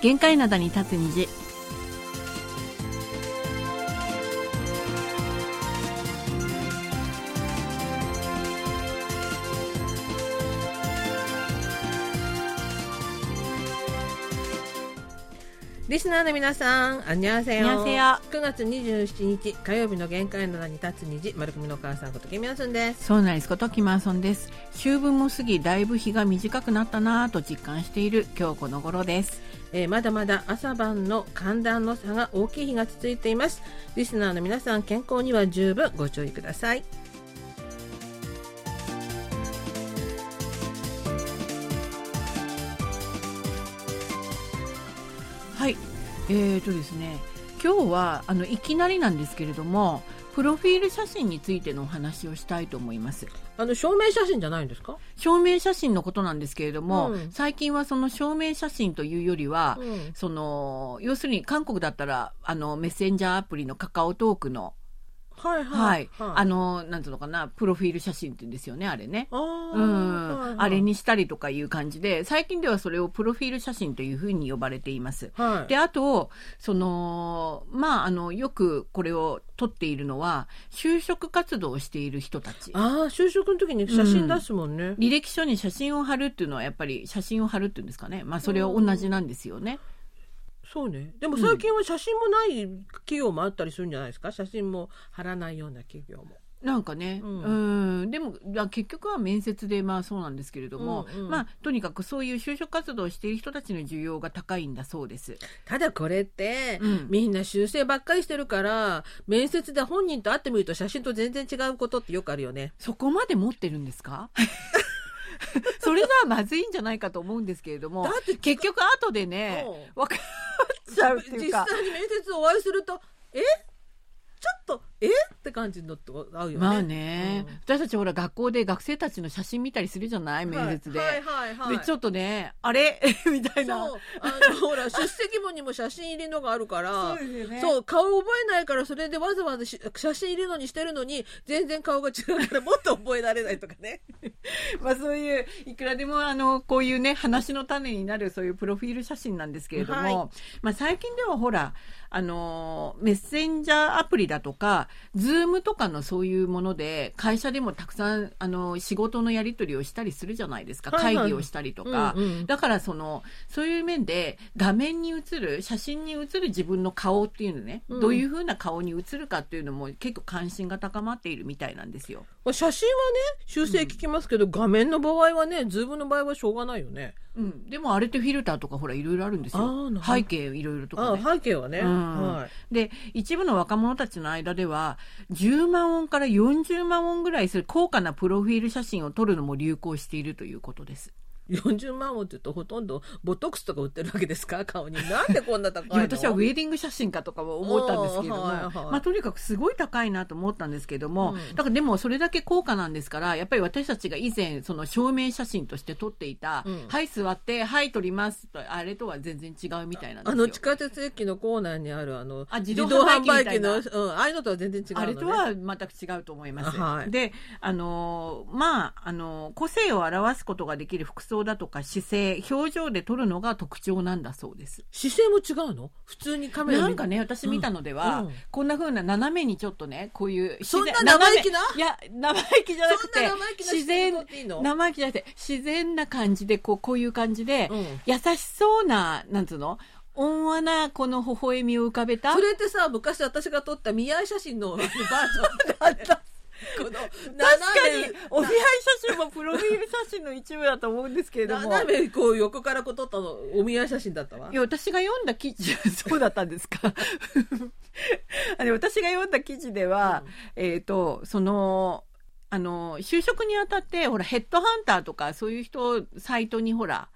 限界灘に立つ虹リスナーの皆さん、あんにゃせよ。 안녕하세요 9月27日火曜日の限界の名に立つ虹、丸組のお母さんことケミヤスンです。そうなんですことキマーソンです秋分も過ぎだいぶ日が短くなったなぁと実感している今日この頃ですえーまだまだ朝晩の寒暖の差が大きい日が続いています。リスナーの皆さん、健康には十分ご注意ください。はいえーとですね今日はあのいきなりなんですけれどもプロフィール写真についてのお話をしたいと思いますあの、証明写真じゃないんですか証明写真のことなんですけれども、うん最近はその証明写真というよりは、うんその要するに韓国だったらあのメッセンジャーアプリのカカオトークの、はいはいああの、のなんていうのかなプロフィール写真って言うんですよねあれね。あうーんはいはいあれにしたりとかいう感じで最近ではそれをプロフィール写真というふうに呼ばれています。はい。であとそのまああのよくこれを撮っているのは就職活動をしている人たち。ああ、就職の時に写真出すもんね。履歴書に写真を貼るっていうのはやっぱり写真を貼るっていうんですかね、まあ、それは同じなんですよね。そうね。でも最近は写真もない企業もあったりするんじゃないですか写真も貼らないような企業も。なんかね、う、うんでもまあ結局は面接でまあそうなんですけれども、うんうんまあとにかくそういう就職活動をしている人たちの需要が高いんだそうです。ただこれって、うんみんな修正ばっかりしてるから面接で本人と会ってみると写真と全然違うことってよくあるよね。そこまで持ってるんですか？ それじゃあまずいんじゃないかと思うんですけれどもだ、って結局後でねうん、分かっちゃうっていう実か。際に面接お会いするとえちょっとえって感じのとこ合うよね。まあね、うん私たちほら学校で学生たちの写真見たりするじゃない面接で。はいはいはい、はいでちょっとねあれ みたいな。そうあのほら出席簿にも写真入りのがあるからそうですよねそう顔覚えないからそれでわざわざし写真入りのにしてるのに全然顔が違うからもっと覚えられないとかね まあそういう、いくらでもあの、こういうね、話の種になるそういうプロフィール写真なんですけれども、はいまあ最近ではほら、あの、メッセンジャーアプリだとか、ズームとかのそういうもので、会社でもたくさん、あの、仕事のやり取りをしたりするじゃないですか。はいはい会議をしたりとか。うんうんだからその、そういう面で、画面に映る、写真に映る自分の顔っていうのね、うんどういうふうな顔に映るかっていうのも結構関心が高まっているみたいなんですよ。まあ写真はね修正聞きますけど、画面の場合はねズームの場合はしょうがないよねうん、でもあれってフィルターとかほらいろいろあるんですあーよなるほど背景いろいろとかあね、背景はね、うんはいで一部の若者たちの間では10万ウォンから40万ウォンぐらいする高価なプロフィール写真を撮るのも流行しているということです40万ウォンって言うとほとんどボトックスとか売ってるわけですか顔になんでこんな高いいのや私はウェディング写真かとかも思ったんですけれども、おーはいはいまあ、とにかくすごい高いなと思ったんですけれども、うんだからでもそれだけ高価なんですからやっぱり私たちが以前その証明写真として撮っていた「うんはい座ってはい撮ります」とあれとは全然違うみたいなんですよあの地下鉄駅の構内にあるあのあ自動販売機みたいな自動販売機の、うん、ああいうのとは全然違うの、あれね、とは全く違うと思います。あはいで、あのーまあ、あのー個性を表すことができる服装だとか姿勢、表情で撮るのが特徴なんだそうです。姿勢も違うの普通にカメラな見んてかね、私見たのでは、うんうんこんな風な斜めにちょっとね、こういうそんな自然生意気ないや、生意気じゃなくそんてな生意気、な自姿勢然、撮っていいの生意気じゃなくて、自然な感じで、こう、こういう感じで、うん優しそうな、なんつうの温和な、この微笑みを浮かべた。それってさ昔私が撮った見合い写真のあのバージョンだったこの確斜めかに、お見合い写真もプロフィール写真の一部だと思うんですけれども。斜めこう横からこう撮ったのお見合い写真だったわいや、私が読んだ記事、そうだったんですか。 あれ、私が読んだ記事では、えっ、と、その、あの、就職にあたって、ほら、ヘッドハンターとか、そういう人、サイトにほら、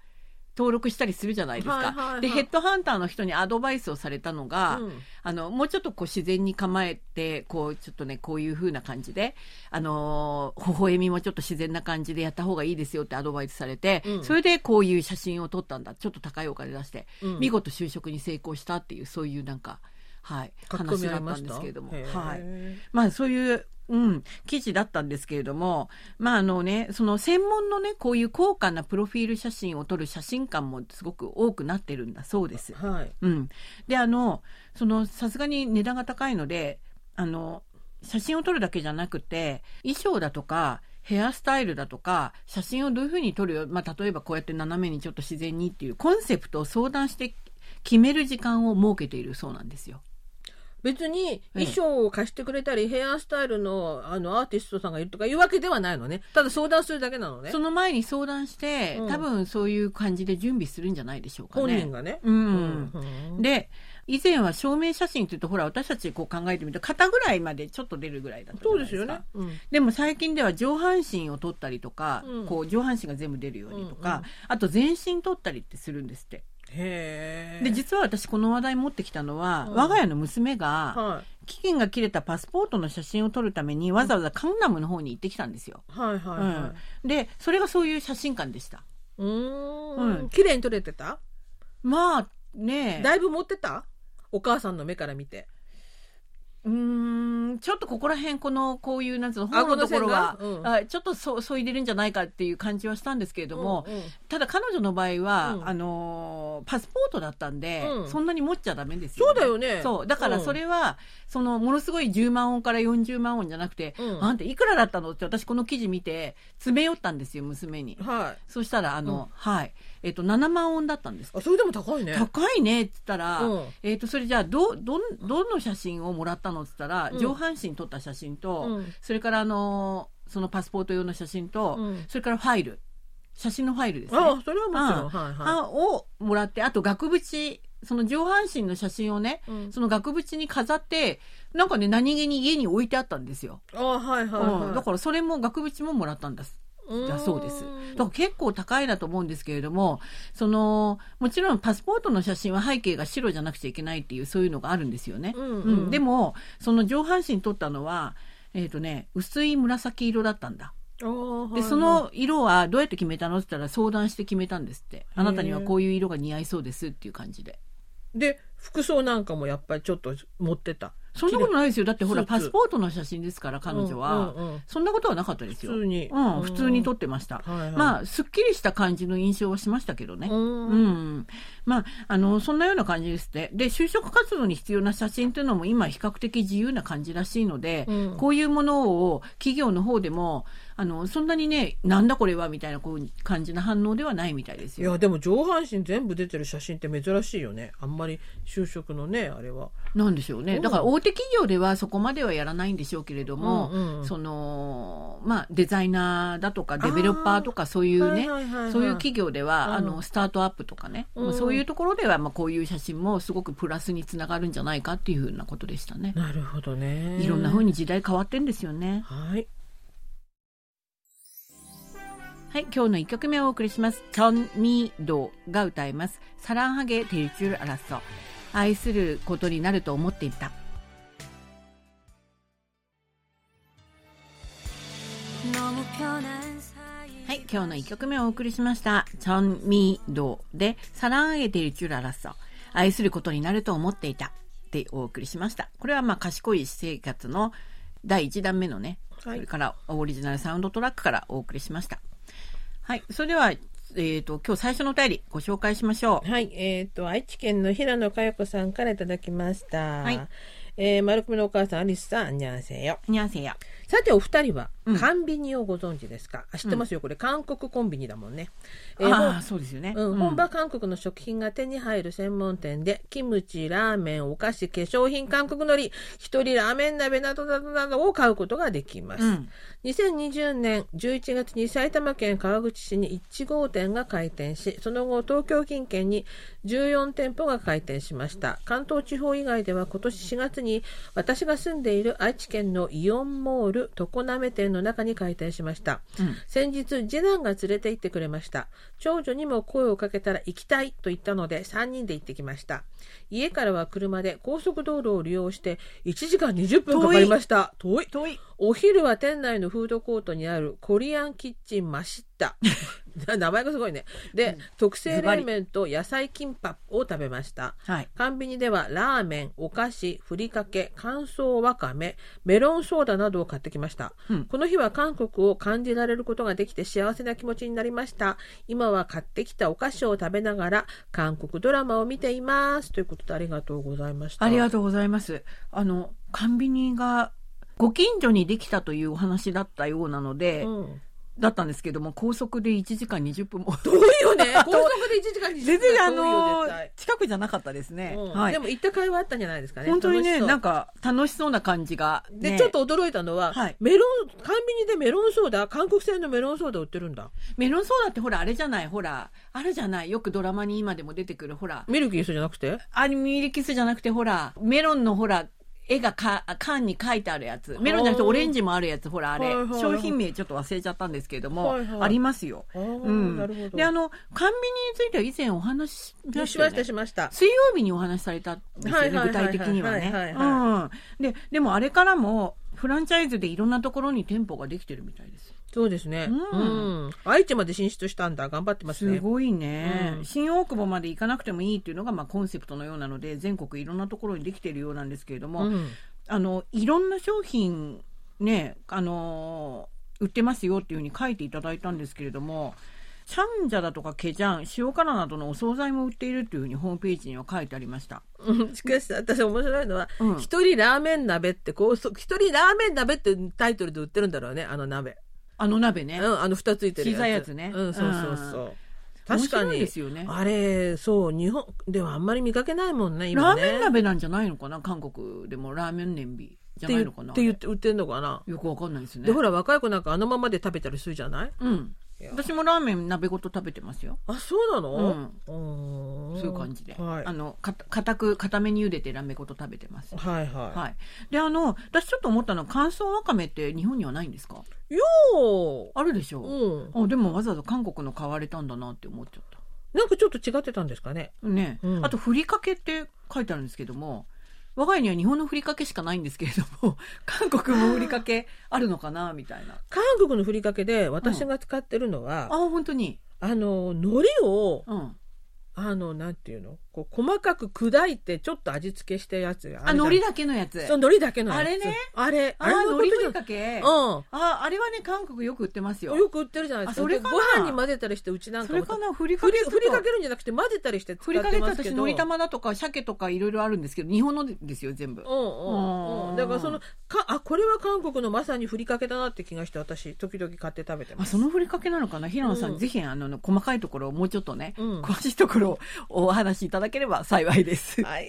登録したりするじゃないですか。はいはいはいで、ヘッドハンターの人にアドバイスをされたのが、うんあの、もうちょっとこう自然に構えて、こう、ちょっとね、こういう風な感じで、あのー微笑みもちょっと自然な感じでやった方がいいですよってアドバイスされて、うんそれでこういう写真を撮ったんだ。ちょっと高いお金出して、うん見事就職に成功したっていう、そういうなんか、はい、書き込話みだありったまんしでたすけれども、へーはい。まあそういううん、記事だったんですけれども、まああのね、その専門のね、こういう高価なプロフィール写真を撮る写真館もすごく多くなってるんだそうです。はい。うん、であのそのさすがに値段が高いのであの写真を撮るだけじゃなくて衣装だとかヘアスタイルだとか写真をどういうふうに撮るよ、まあ、例えばこうやって斜めにちょっと自然にっていうコンセプトを相談して決める時間を設けているそうなんですよ。別に衣装を貸してくれたり、ヘアスタイルのあのアーティストさんがいるとかいうわけではないのね。ただ相談するだけなのねそ。の前に相談して、うん多分そういう感じで準備するんじゃないでしょうかね。本人がね。うんうんで以前は証明写真っていうとほら私たちこう考えてみると肩ぐらいまでちょっと出るぐらいだったじゃそうないでですすかよね。うんでも最近では上半身を取ったりとか、うんこう上半身が全部出るようにとか、うんうんあと全身取ったりってするんですって。へえ。で実は私この話題持ってきたのは、うん我が家の娘がは期限が切れたパスポートの写真を撮るためにわざわざカンナムの方に行ってきたんですよ。い。はいはいはでそれがそういう写真館でした。い。うー。うんん綺麗に撮れてたまあねえだいぶ持ってたお母さんの目から見て。うーんちょっとここら辺このこういうなんつうの頬のところはあ。この線があちょっとそそいでるんじゃないかっていう感じはしたんですけれうどんも、うんうんただ彼女の場合は、うんあのーパスポートだったんで、うんそんなに持っちゃダメですよ、そうだよね。そうだからそれは、そのものすごい10万音から40万音じゃなくて、うん、うんあんたいくらだったのって私この記事見て詰め寄ったんですよ娘にはい。そしたらあの、はいえっ、と7万音だったんですあ、それでも高いね。高いねって言ったら、うんえっ、とそれじゃあどどんどの写真をもらったのって言ったら、うん上半身撮った写真と、うんそれからあのーそのパスポート用の写真と、うんそれからファイル写真のファイルですねあ、それはもちろん。うんはいはい。あをもらってあと額縁その上半身の写真をねうんその額縁に飾ってなんかね何気に家に置いてあったんですよ、あ、はいはいはい。うんだからそれも額縁ももらったんですだそうですだからと結構高いなと思うんですけれどもそのもちろんパスポートの写真は背景が白じゃなくちゃいけないっていうそういうのがあるんですよね、うんうんでもその上半身撮ったのはえっ、とね薄い紫色だったんだでそ、の色はどうやって決めたのって言ったら相談して決めたんですってあなたにはこういう色が似合いそうですっていう感じでで、服装なんかもやっぱりちょっと持ってた。そんなことないですよだってほらスーパツスポートの写真ですから彼女は、うんうんうんそんなことはなかったです普よ、通に。うん、普通に撮っってました、た。はいはい。まあすっきりした感じの印象はしましたけどね、うんうんまああのそんなような感じですねで就職活動に必要な写真というのも今比較的自由な感じらしいので、うんこういうものを企業の方でもあのそんなにねなんだこれはみたいなこういう感じの反応ではないみたいですいよやでも上半身全部出てる写真って珍しいよねあんまり就職のねあれはなんでしょうねだから大手企業ではそこまではやらないんでしょうけれども、うんうんそのまあデザイナーだとかデベロッパーとかそういうねはいはいはいはいそういう企業では、うんあのスタートアップとかね、うんそういうところでは、まあ、こういう写真もすごくプラスにつながるんじゃないかっていうふうなことでしたね。なるほどねいろんなふうに時代変わってんですよね。はいはい、今日の一曲目をお送りします。チョン・ミードが歌います。サランハゲ・テルチュル・アラッソ。愛することになると思っていた。はい、今日の一曲目をお送りしました。チョン・ミードで、サランハゲ・テルチュル・アラッソ。愛することになると思っていた。でお送りしました。これはまあ賢い私生活の第1弾目のね、はいそれからオリジナルサウンドトラックからお送りしました。はい、それでは、えっ、と、今日最初のお便りご紹介しましょう。はい、えっ、と、愛知県の平野佳代子さんからいただきました。はいえー、マルコムのお母さん、アリスさん、にゃんせよ。にゃんせいや。さて、お二人は、うんコンビニをご存知ですか、あ知ってますよ、これ、韓国コンビニだもんね。えーああ、そうですよね。うん、本場韓国の食品が手に入る専門店でキムチラーメンお菓子化粧品韓国海苔一人ラーメン鍋などなどなどを買うことができます、うん2020年11月に埼玉県川口市に1号店が開店しその後東京近県に14店舗が開店しました関東地方以外では今年4月に私が住んでいる愛知県のイオンモール常滑店の中に開店しましたうん先日次男が連れて行ってくれました長女にも声をかけたら行きたいと言ったので3人で行ってきました家からは車で高速道路を利用して1時間20分かかりました遠い遠い。お昼は店内のフードコートにあるコリアンキッチンマシッタ 名前がすごいね。で、うん特製ズバリ冷麺と野菜キンパを食べました。はい。コンビニではラーメン、お菓子、ふりかけ、乾燥わかめ、メロンソーダなどを買ってきました。うんこの日は韓国を感じられることができて幸せな気持ちになりました。今は買ってきたお菓子を食べながら韓国ドラマを見ています。ということでありがとうございました。ありがとうございます。あの、コンビニがご近所にできたというお話だったようなので、うんだったんですけども、高速で1時間20分も。 遠いよ ね。高速で1時間に全然あの絶対、近くじゃなかったですね。うんはいで。も行った会話あったんじゃないですかね。本当に楽しね、そうなんか楽しそうな感じが、で、ねちょっと驚いたのは、はいメロン、コンビニでメロンソーダ、韓国製のメロンソーダ売ってるんだ。メロンソーダってほら、あれじゃない、ほら、あるじゃない、よくドラマに今でも出てくる、ほら、ミルキースじゃなくてアニミリキスじゃなくて、ほら、メロンのほら、絵がか缶に書いてあるやつ。メロンじゃなくてはいオレンジもあるやつ、ほら、あれ、はいはいはい商品名ちょっと忘れちゃったんですけれども、はいはいありますよ。あーうん。なるほど。で、あの、缶ビニについては以前お話ししまししたよねました、しました。水曜日にお話しされたんですよはね、いはい具はいはい体的にはね。はいはいはうん。で、でもあれからも、フランチャイズでいろんなところに店舗ができてるみたいです。そうですね。ううんん。愛知まで進出したんだ。頑張ってますね。すごいね、うん新大久保まで行かなくてもいいっていうのが、まあ、コンセプトのようなので、全国いろんなところにできてるようなんですけれども、うんあの、いろんな商品、ね、あのー売ってますよっていうふうに書いていただいたんですけれども、チャンジャだとかケジャン、塩辛などのお惣菜も売っているっていうふうにホームページには書いてありました。うんしかし、私面白いのはうん、一、人ラーメン鍋って、こう、そ一人ラーメン鍋ってタイトルで売ってるんだろうね、あの鍋。あの鍋ね。うん、あの二ついてるやつ。小さいやつねうん、そうそうそう。面確か白いにで、すよね。あれ、そう、日本ではあんまり見かけないもんラね、今ーね。メン鍋なんじゃないのかな韓国でもラーメン麺日じゃないのかなって言って売ってんのかな。よくわかんないですねで、。ほら、若い子なんかあのままで食べたりするじゃないうんいや。私もラーメン鍋ごと食べてますよ。あ、そうなの、うーんそういう感じで。はい。あの、かた、固く、固めに茹でてラーメンごと食べてます。はいはい。はい。で、あの、私ちょっと思ったのは、乾燥わかめって日本にはないんですかおーあるでしょうん。あ、でもわざわざ韓国の買われたんだなって思っちゃった。なんかちょっと違ってたんですかね。ね、うんあとふりかけって書いてあるんですけども我が家には日本のふりかけしかないんですけれども 韓国もふりかけあるのかなみたいな韓国のふりかけで私が使ってるのあは、本当にあの、海苔を、うんあの、なんていうのこう、細かく砕いて、ちょっと味付けしたやつ。あ海苔だけのやつそう、海苔だけのやつ。あれね。あれ。ああののことりじゃふりかけうん。ああれはね韓国よく売ってますよよく売ってるじゃないですか。あそれでかなご飯に混ぜたりして、うちなんそかれも。かなふりかふけりとふりかけるんじゃなくて混ぜたりして使ふりっかけてってますけ私ど。のり玉だとか鮭とかいろいろあるんですけど日本のですよ全部うんうんううんん、だからそのかあこれは韓国のまさにふりかけだなって気がして私時々買って食べてまあすそのふりかけなのかな平野さん、うんぜひあの細かいところをもうちょっとね、うん詳しいところをお話しいただければ幸いですはい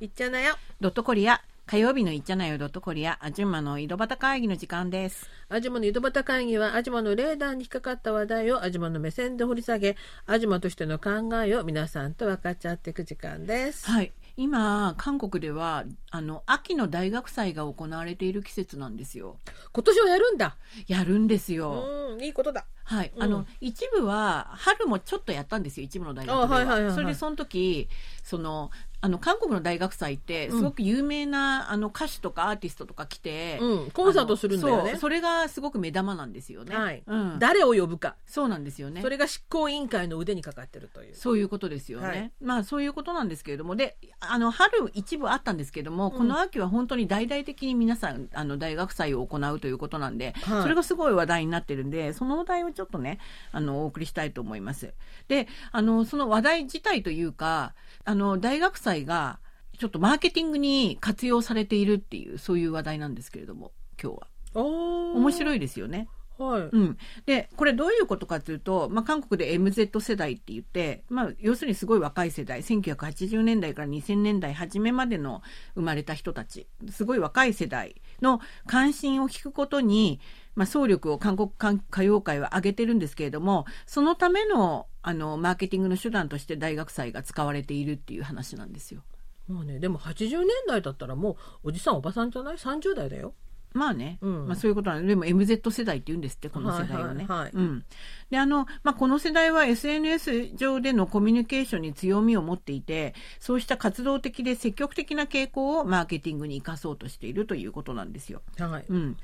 いっちゃなよドットコリア火曜日のいっちゃなよドットコリアアジュンマの井戸端会議の時間です。アジマの井戸端会議はアジマのレーダーに引っかかった話題をアジマの目線で掘り下げアジマとしての考えを皆さんと分かち合っていく時間です、はい。今、韓国では、あの、秋の大学祭が行われている季節なんですよ。今年はやるんだやるんですよ。うんいいことだはい。うんあの、一部は、春もちょっとやったんですよ、一部の大学では。あはいはいはいはいそれで、その時、その、あの、韓国の大学祭って、すごく有名な、あの、歌手とかアーティストとか来て、うんコンサートするんだよあのそねうそれがすごく目玉なんですよね。はいうん。誰を呼ぶかそうなんですよねそ。れが執行委員会の腕にかかってるという。そういうことですよね。はいまあそういうことなんですけれども、で、あの、春一部あったんですけども、うんこの秋は本当に大々的に皆さん、あの、大学祭を行うということなんで、はいそれがすごい話題になってるんで、その話題をちょっとね、あの、お送りしたいと思います。で、あの、その話題自体というか、あの、大学祭が、ちょっとマーケティングに活用されているっていう、そういう話題なんですけれども、今日は。面面白い。いですよね。はい。うん、でこれどういうことかというと、まあ、韓国で MZ 世代って言って、まあ、要するにすごい若い世代1980年代から2000年代初めまでの生まれた人たちすごい若い世代の関心を引くことに、まあ、総力を韓国韓歌謡界は上げてるんですけれどもそのためのあのマーケティングの手段として大学祭が使われているっていう話なんですよ。もうね、でも80年代だったらもうおじさんおばさんじゃない ?30 代だよ。まあね、うんまあ、そういうことなんででも MZ 世代って言うんですってこの世代をね。はいはいはいうん、であの、まあ、この世代は SNS 上でのコミュニケーションに強みを持っていてそうした活動的で積極的な傾向をマーケティングに生かそうとしているということなんですよ。はい。うん、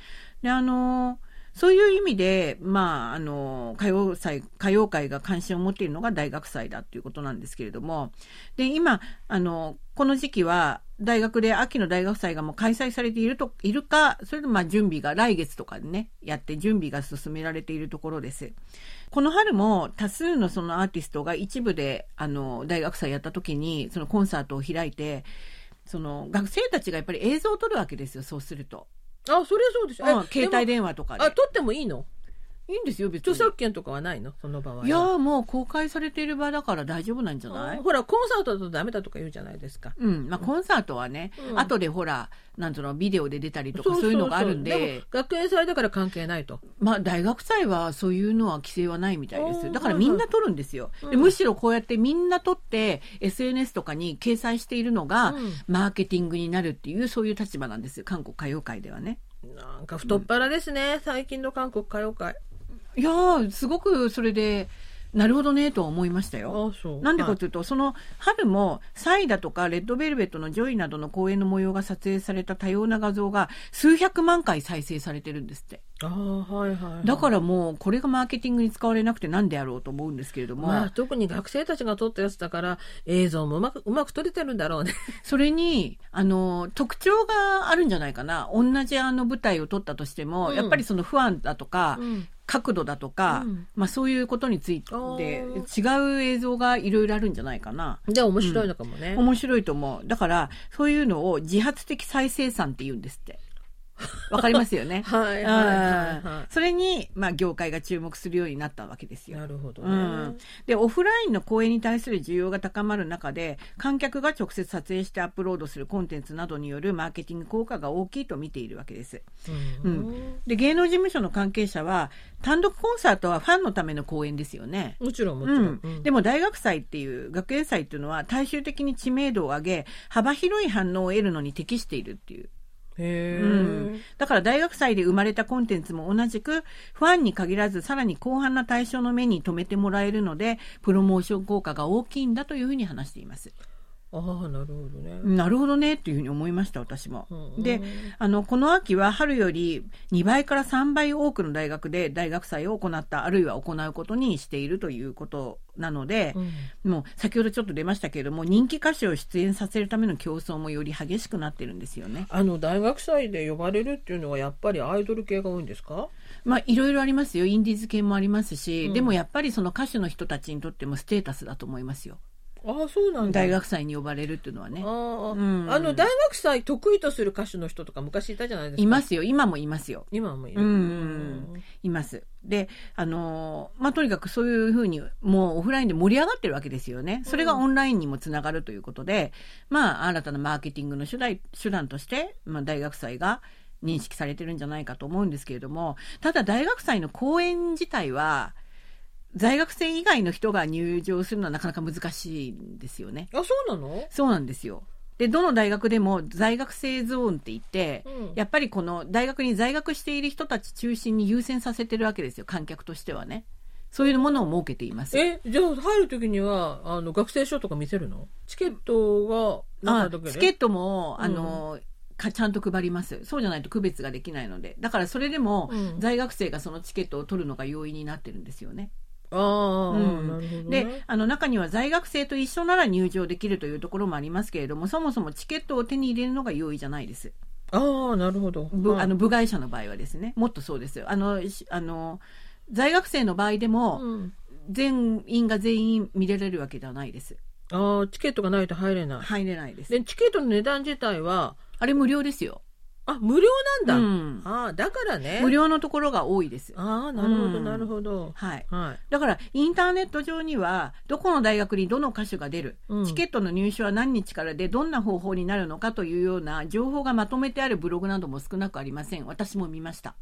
であのそういう意味で、まあ、あの歌謡祭歌謡界が関心を持っているのが大学祭だということなんですけれどもで今あのこの時期は大学で秋の大学祭がもう開催されているといるかそれともまあ準備が来月とかでねやって準備が進められているところです。この春も多数のそのアーティストが一部であの大学祭やった時にそのコンサートを開いてその学生たちがやっぱり映像を撮るわけですよそうすると。あ、それはそうでしょ。えうん、携帯で電話とかも。であ、取ってもいいのいいんですよ別に著作権とかはないのその場合は。いやーもう公開されている場だから大丈夫なんじゃないほら、コンサートだとダメだとか言うじゃないですか。うんまあ、コンサートはね、うん後でほらなんつうのビデオで出たりとかそういうのがあるんでも学園祭だから関係ないと。まあ、大学祭はそういうのは規制はないみたいですおーだからみんな撮るんですよ、はいはいでうんむしろこうやってみんな撮って SNS とかに掲載しているのが、うんマーケティングになるっていうそういう立場なんですよ韓国歌謡界ではねなんか太っ腹ですね、最近の韓国歌謡界。いやーすごくそれでなるほどねとは思いましたよあ、そう。なんでかはいというと、その春もサイダとかレッドベルベットのジョイなどの公演の模様が撮影された多様な画像が数百万回再生されてるんですって。あーはいはいはい。だからもうこれがマーケティングに使われなくてなんでやろうと思うんですけれども、まあ、特に学生たちが撮ったやつだから映像もうまくうまく撮れてるんだろうね。それにあの特徴があるんじゃないかな。同じあの舞台を撮ったとしても、うんやっぱりその不安だとか、角度だとか、うんまあそういうことについてあ違う映像がいろいろあるんじゃないかな。で面白いのかもね。。面白いと思う。だから、そういうのを自発的再生産って言うんですって。わかりますよね はいはいはいうんはそれに、まあ、業界が注目するようになったわけですい。よな。るほどうね。ん、でオフラインの公演に対する需要が高まる中で観客が直接撮影してアップロードするコンテンツなどによるマーケティング効果が大きいと見ているわけですううんで芸能事務所の関係者は単独コンサートはファンのための公演ですよね、もちろんもちろうんん。でも大学祭っていう学園祭っていうのは大衆的に知名度を上げ幅広い反応を得るのに適しているっていうへうんーだから大学祭で生まれたコンテンツも同じくファンに限らずさらに広範な対象の目に留めてもらえるのでプロモーション効果が大きいんだというふうに話しています。ああなるほどね。なるほどねっていうふうに思いました私も。うんであのこの秋は春より2倍から3倍多くの大学で大学祭を行ったあるいは行うことにしているということなので、うんもう先ほどちょっと出ましたけれども人気歌手を出演させるための競争もより激しくなってるんですよね。あの大学祭で呼ばれるっていうのはやっぱりアイドル系が多いんですか？まあいろいろありますよインディーズ系もありますし、うんでもやっぱりその歌手の人たちにとってもステータスだと思いますよああそうなんだ。大学祭に呼ばれるっていうのはねあ。あ、うんあの大学祭得意とする歌手の人とか昔いたじゃないですか。いますよ今もいますよ今もいる。うんうんいます。であのーまあとにかくそういうふうにもうオフラインで盛り上がってるわけですよねそれがオンラインにもつながるということで、まあ新たなマーケティングの手段手段として、まあ、大学祭が認識されてるんじゃないかと思うんですけれどもただ大学祭の講演自体は在学生以外の人が入場するのはなかなか難しいんですよね。あそうなの？そうなんですよでどの大学でも在学生ゾーンって言って、うんやっぱりこの大学に在学している人たち中心に優先させてるわけですよ観客としてはねそういうものを設けていますえじゃあ入る時にはあの学生証とか見せるのチケットがあなんかだけチケットもあの、かちゃんと配りますそうじゃないと区別ができないのでだからそれでも、うん在学生がそのチケットを取るのが容易になってるんですよね。ああ、うんなるほど、ね、であの中には在学生と一緒なら入場できるというところもありますけれどもそもそもチケットを手に入れるのが容易じゃないです。ああなるほどぶはいあの部外者の場合はですねもっとそうですよあのしあの在学生の場合でもうん全員が全員見れれるわけではないですああチケットがないと入れない入れないですでチケットの値段自体はあれ無料ですよ、あ無料うなんだ、ん、ああだからね無料のところが多いですああなるほどうんなるほど、はいはいだからインターネット上にはどこの大学にどの歌手が出る、うんチケットの入手は何日からでどんな方法になるのかというような情報がまとめてあるブログなども少なくありません私も見ました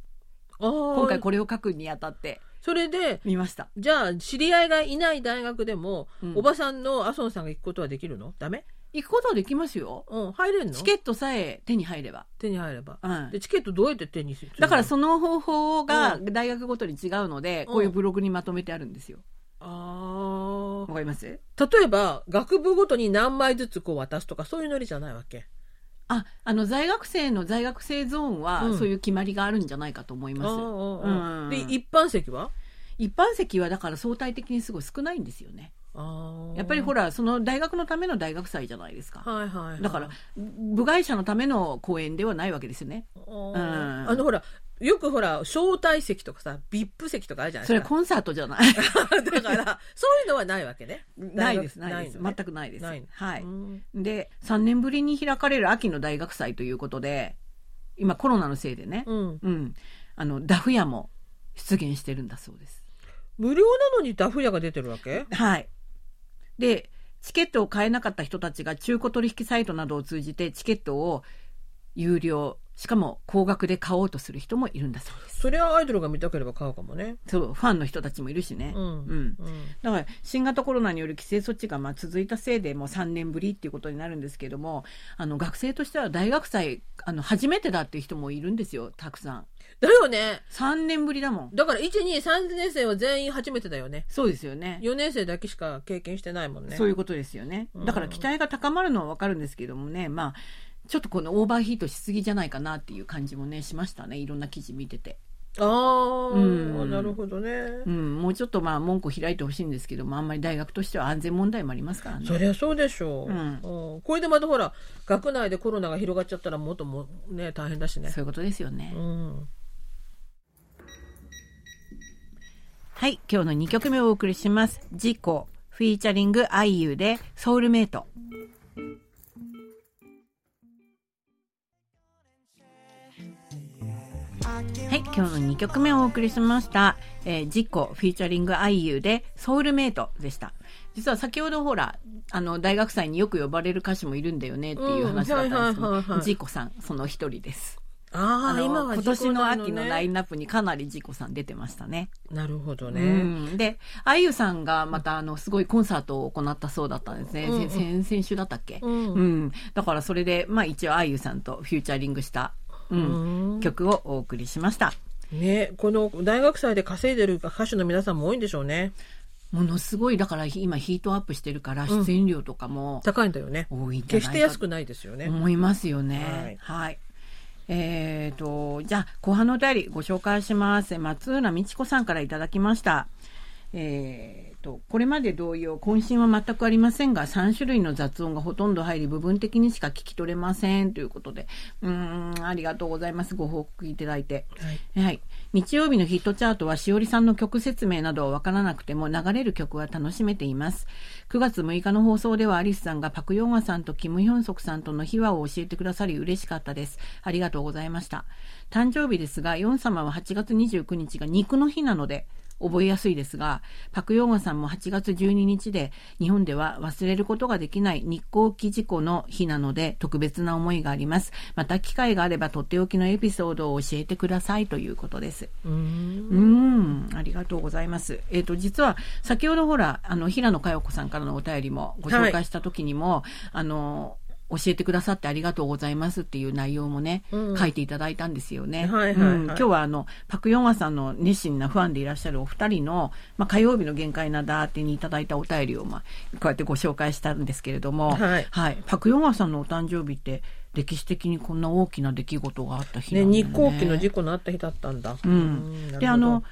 あ今今回これを書くにあたってそれで見ました。じゃあ知り合いがいない大学でも、うんおばさんの麻生さんが行くことはできるのダメ行くことはできますよ。うん入れんのチケットさえ手に入れば。手に入れば、うんでチケットどうやって手にするだからその方法がう大学ごとに違うので、うんこういうブログにまとめてあるんですよ。あわかりますー例えば学部ごとに何枚ずつこう渡すとかそういうノリじゃないわけあ、あの、在学生の在学生ゾーンは、うんそういう決まりがあるんじゃないかと思いあます。ーあーあーうんで一般席は一般席はだから相対的にすごい少ないんですよね。やっぱりほらら、その大学のための大学祭じゃないですか。はいはいはいだから、部外者のための公演ではないわけですよね。うんんあのほらよくほら招待席とかさ VIP 席とかあるじゃないそでれすはかコンサートじゃ ない。 だからそういうのはないわけねないです、大学ないです。の全ねくないです。ない のはい。うんで、3年ぶりに開かれる秋の大学祭ということで、今コロナのせいでね、うんうん。あの、ダフ屋も出現してるんだそうです。無料なのにダフ屋が出てるわけはい。で、チケットを買えなかった人たちが中古取引サイトなどを通じてチケットを有料、しかも高額で買おうとする人もいるんだそうです。そりゃアイドルが見たければ買うかもねそう、ファンの人たちもいるしね。うんうんうんだから新型コロナによる規制措置がまあ続いたせいでもう3年ぶりっていうことになるんですけどもあの学生としては大学祭あの初めてだっていう人もいるんですよたくさんだよね3年ぶりだもんだから123年生は全員初めてだよねそうですよね4年生だけしか経験してないもんねそういうことですよねだから期待が高まるのはわかるんですけどもねまあちょっとこのオーバーヒートしすぎじゃないかなっていう感じもねしましたねいろんな記事見てて、ああ、うんなるほどね、うん、もうちょっとまあ門戸開いてほしいんですけどもあんまり大学としては安全問題もありますからねそりゃそうでしょう、うんうんこれでまたほら学内でコロナが広がっちゃったらもっともね大変だしねそういうことですよね、うんはい、今日の2曲目をお送りします。事故、フィーチャリング、アイユで、ソウルメイト。はい、今日の2曲目をお送りしました。えー、ジコ、フィーチャリング、アイユで、ソウルメイトでした。実は先ほどほら、あの、大学祭によく呼ばれる歌手もいるんだよねっていう話だったんですけうんはいはいはいはど、いジコさん、その一人です。あああの、今は今事故年のな秋のライねンナップにかなりジコさん出てましたね。なるほどね、うん、で、あゆさんがまたあの、すごいコンサートを行ったそうだったんですね。うんうんせ先々週だったっけ、うんだからそれで、まあ一応あゆさんとフューチャリングした、うん、うん曲をお送りしました。ねこの大学祭で稼いでる歌手の皆さんも多いんでしょうねものすごい、だから今ヒートアップしてるから、うん出演料とかも高いんだよね多いんじゃ決しなていか安くないですよね、と思いますよね。はい。えーと、じゃあ、後半のお便りご紹介します。松浦美智子さんからいただきました。えーとこれまで同様渾身は全くありませんが3種類の雑音がほとんど入り部分的にしか聞き取れませんということでうーんありがとうございますご報告いただいて、はいはい、日曜日のヒットチャートはしおりさんの曲説明などは分からなくても流れる曲は楽しめています9月6日の放送ではアリスさんがパク・ヨンアさんとキム・ヒョンソクさんとの秘話を教えてくださり嬉しかったですありがとうございました誕生日ですがヨン様は8月29日が肉の日なので覚えやすいですが、パクヨーガさんも8月12日で、日本では忘れることができない日航機事故の日なので、特別な思いがあります。また機会があれば、とっておきのエピソードを教えてくださいということです。うんうん、ありがとうございます。えっ、と、実は、先ほどほら、あの、平野佳代子さんからのお便りもご紹介した時にも、あの、教えてくださってありがとうございますっていう内容もね、うん書いていただいたんですよね。はいはいはいうん今日はあの、パクヨンアさんの熱心なファンでいらっしゃるお二人の、まあ、火曜日の限界なだってにいただいたお便りを、まあ、こうやってご紹介したんですけれども、はいパクヨンアさんのお誕生日って、歴史的にこんな大きな出来事があった日なね、んだよ日航機の事故のあった日だったんだ。うんなるほどであの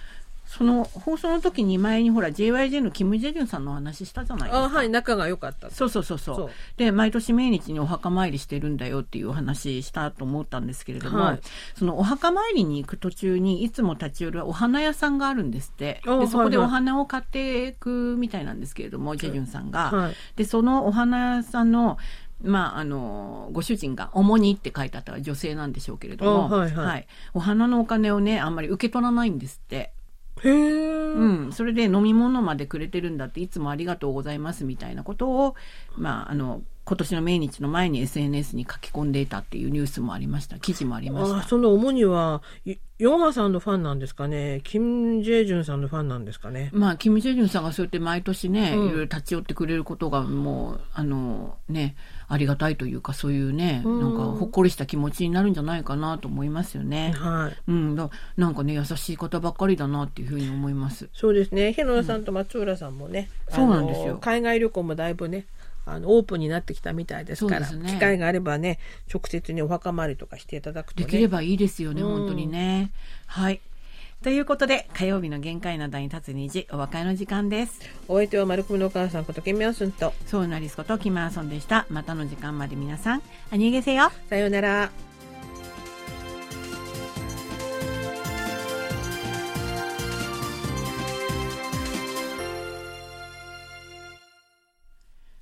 その放送の時に前にほら JYJ のキム・ジェジュンさんのお話したじゃないですか。あはい仲が良かった。そうそうそうそうそうで毎年命日にお墓参りしてるんだよっていうお話したと思ったんですけれども、はいそのお墓参りに行く途中にいつも立ち寄るお花屋さんがあるんですってあでそこではいはいお花を買っていくみたいなんですけれども、ジェジュンさんが、はいでそのお花屋さんのまあ、あのご主人が「重に」って書いてあったら女性なんでしょうけれども、あはいはいお花のお金をねあんまり受け取らないんですって。へえ、うん、それで飲み物までくれてるんだっていつもありがとうございますみたいなことを、まあ、あの今年の命日の前に SNS に書き込んでいたっていうニュースもありました記事もありましたあその主にはヨヨンハさんのファンなんですかねキム・ジェジュンさんのファンなんですかね。まあキム・ジェジュンさんがそうやって毎年ね、うんいろいろ立ち寄ってくれることがもうあのねありがたいというかそういうね、うんなんかほっこりした気持ちになるんじゃないかなと思いますよね。はいうん、だなんかね優しい方ばっかりだなっていうふうに思います。そうですね。平野さんと松浦さんもね、うんあのそうなんですよ海外旅行もだいぶね、あのオープンになってきたみたいですから、そうですね機会があればね、直接にお墓参りとかしていただくとでね。きればいいですよね、うん本当にね。はい。ということで、火曜日の限界などに立つ虹、お別れの時間です。お相手は丸組のお母さんことケミアンスンと、そうなりすことキマーソンでした。またの時間まで皆さん、あにげせよ。さようなら。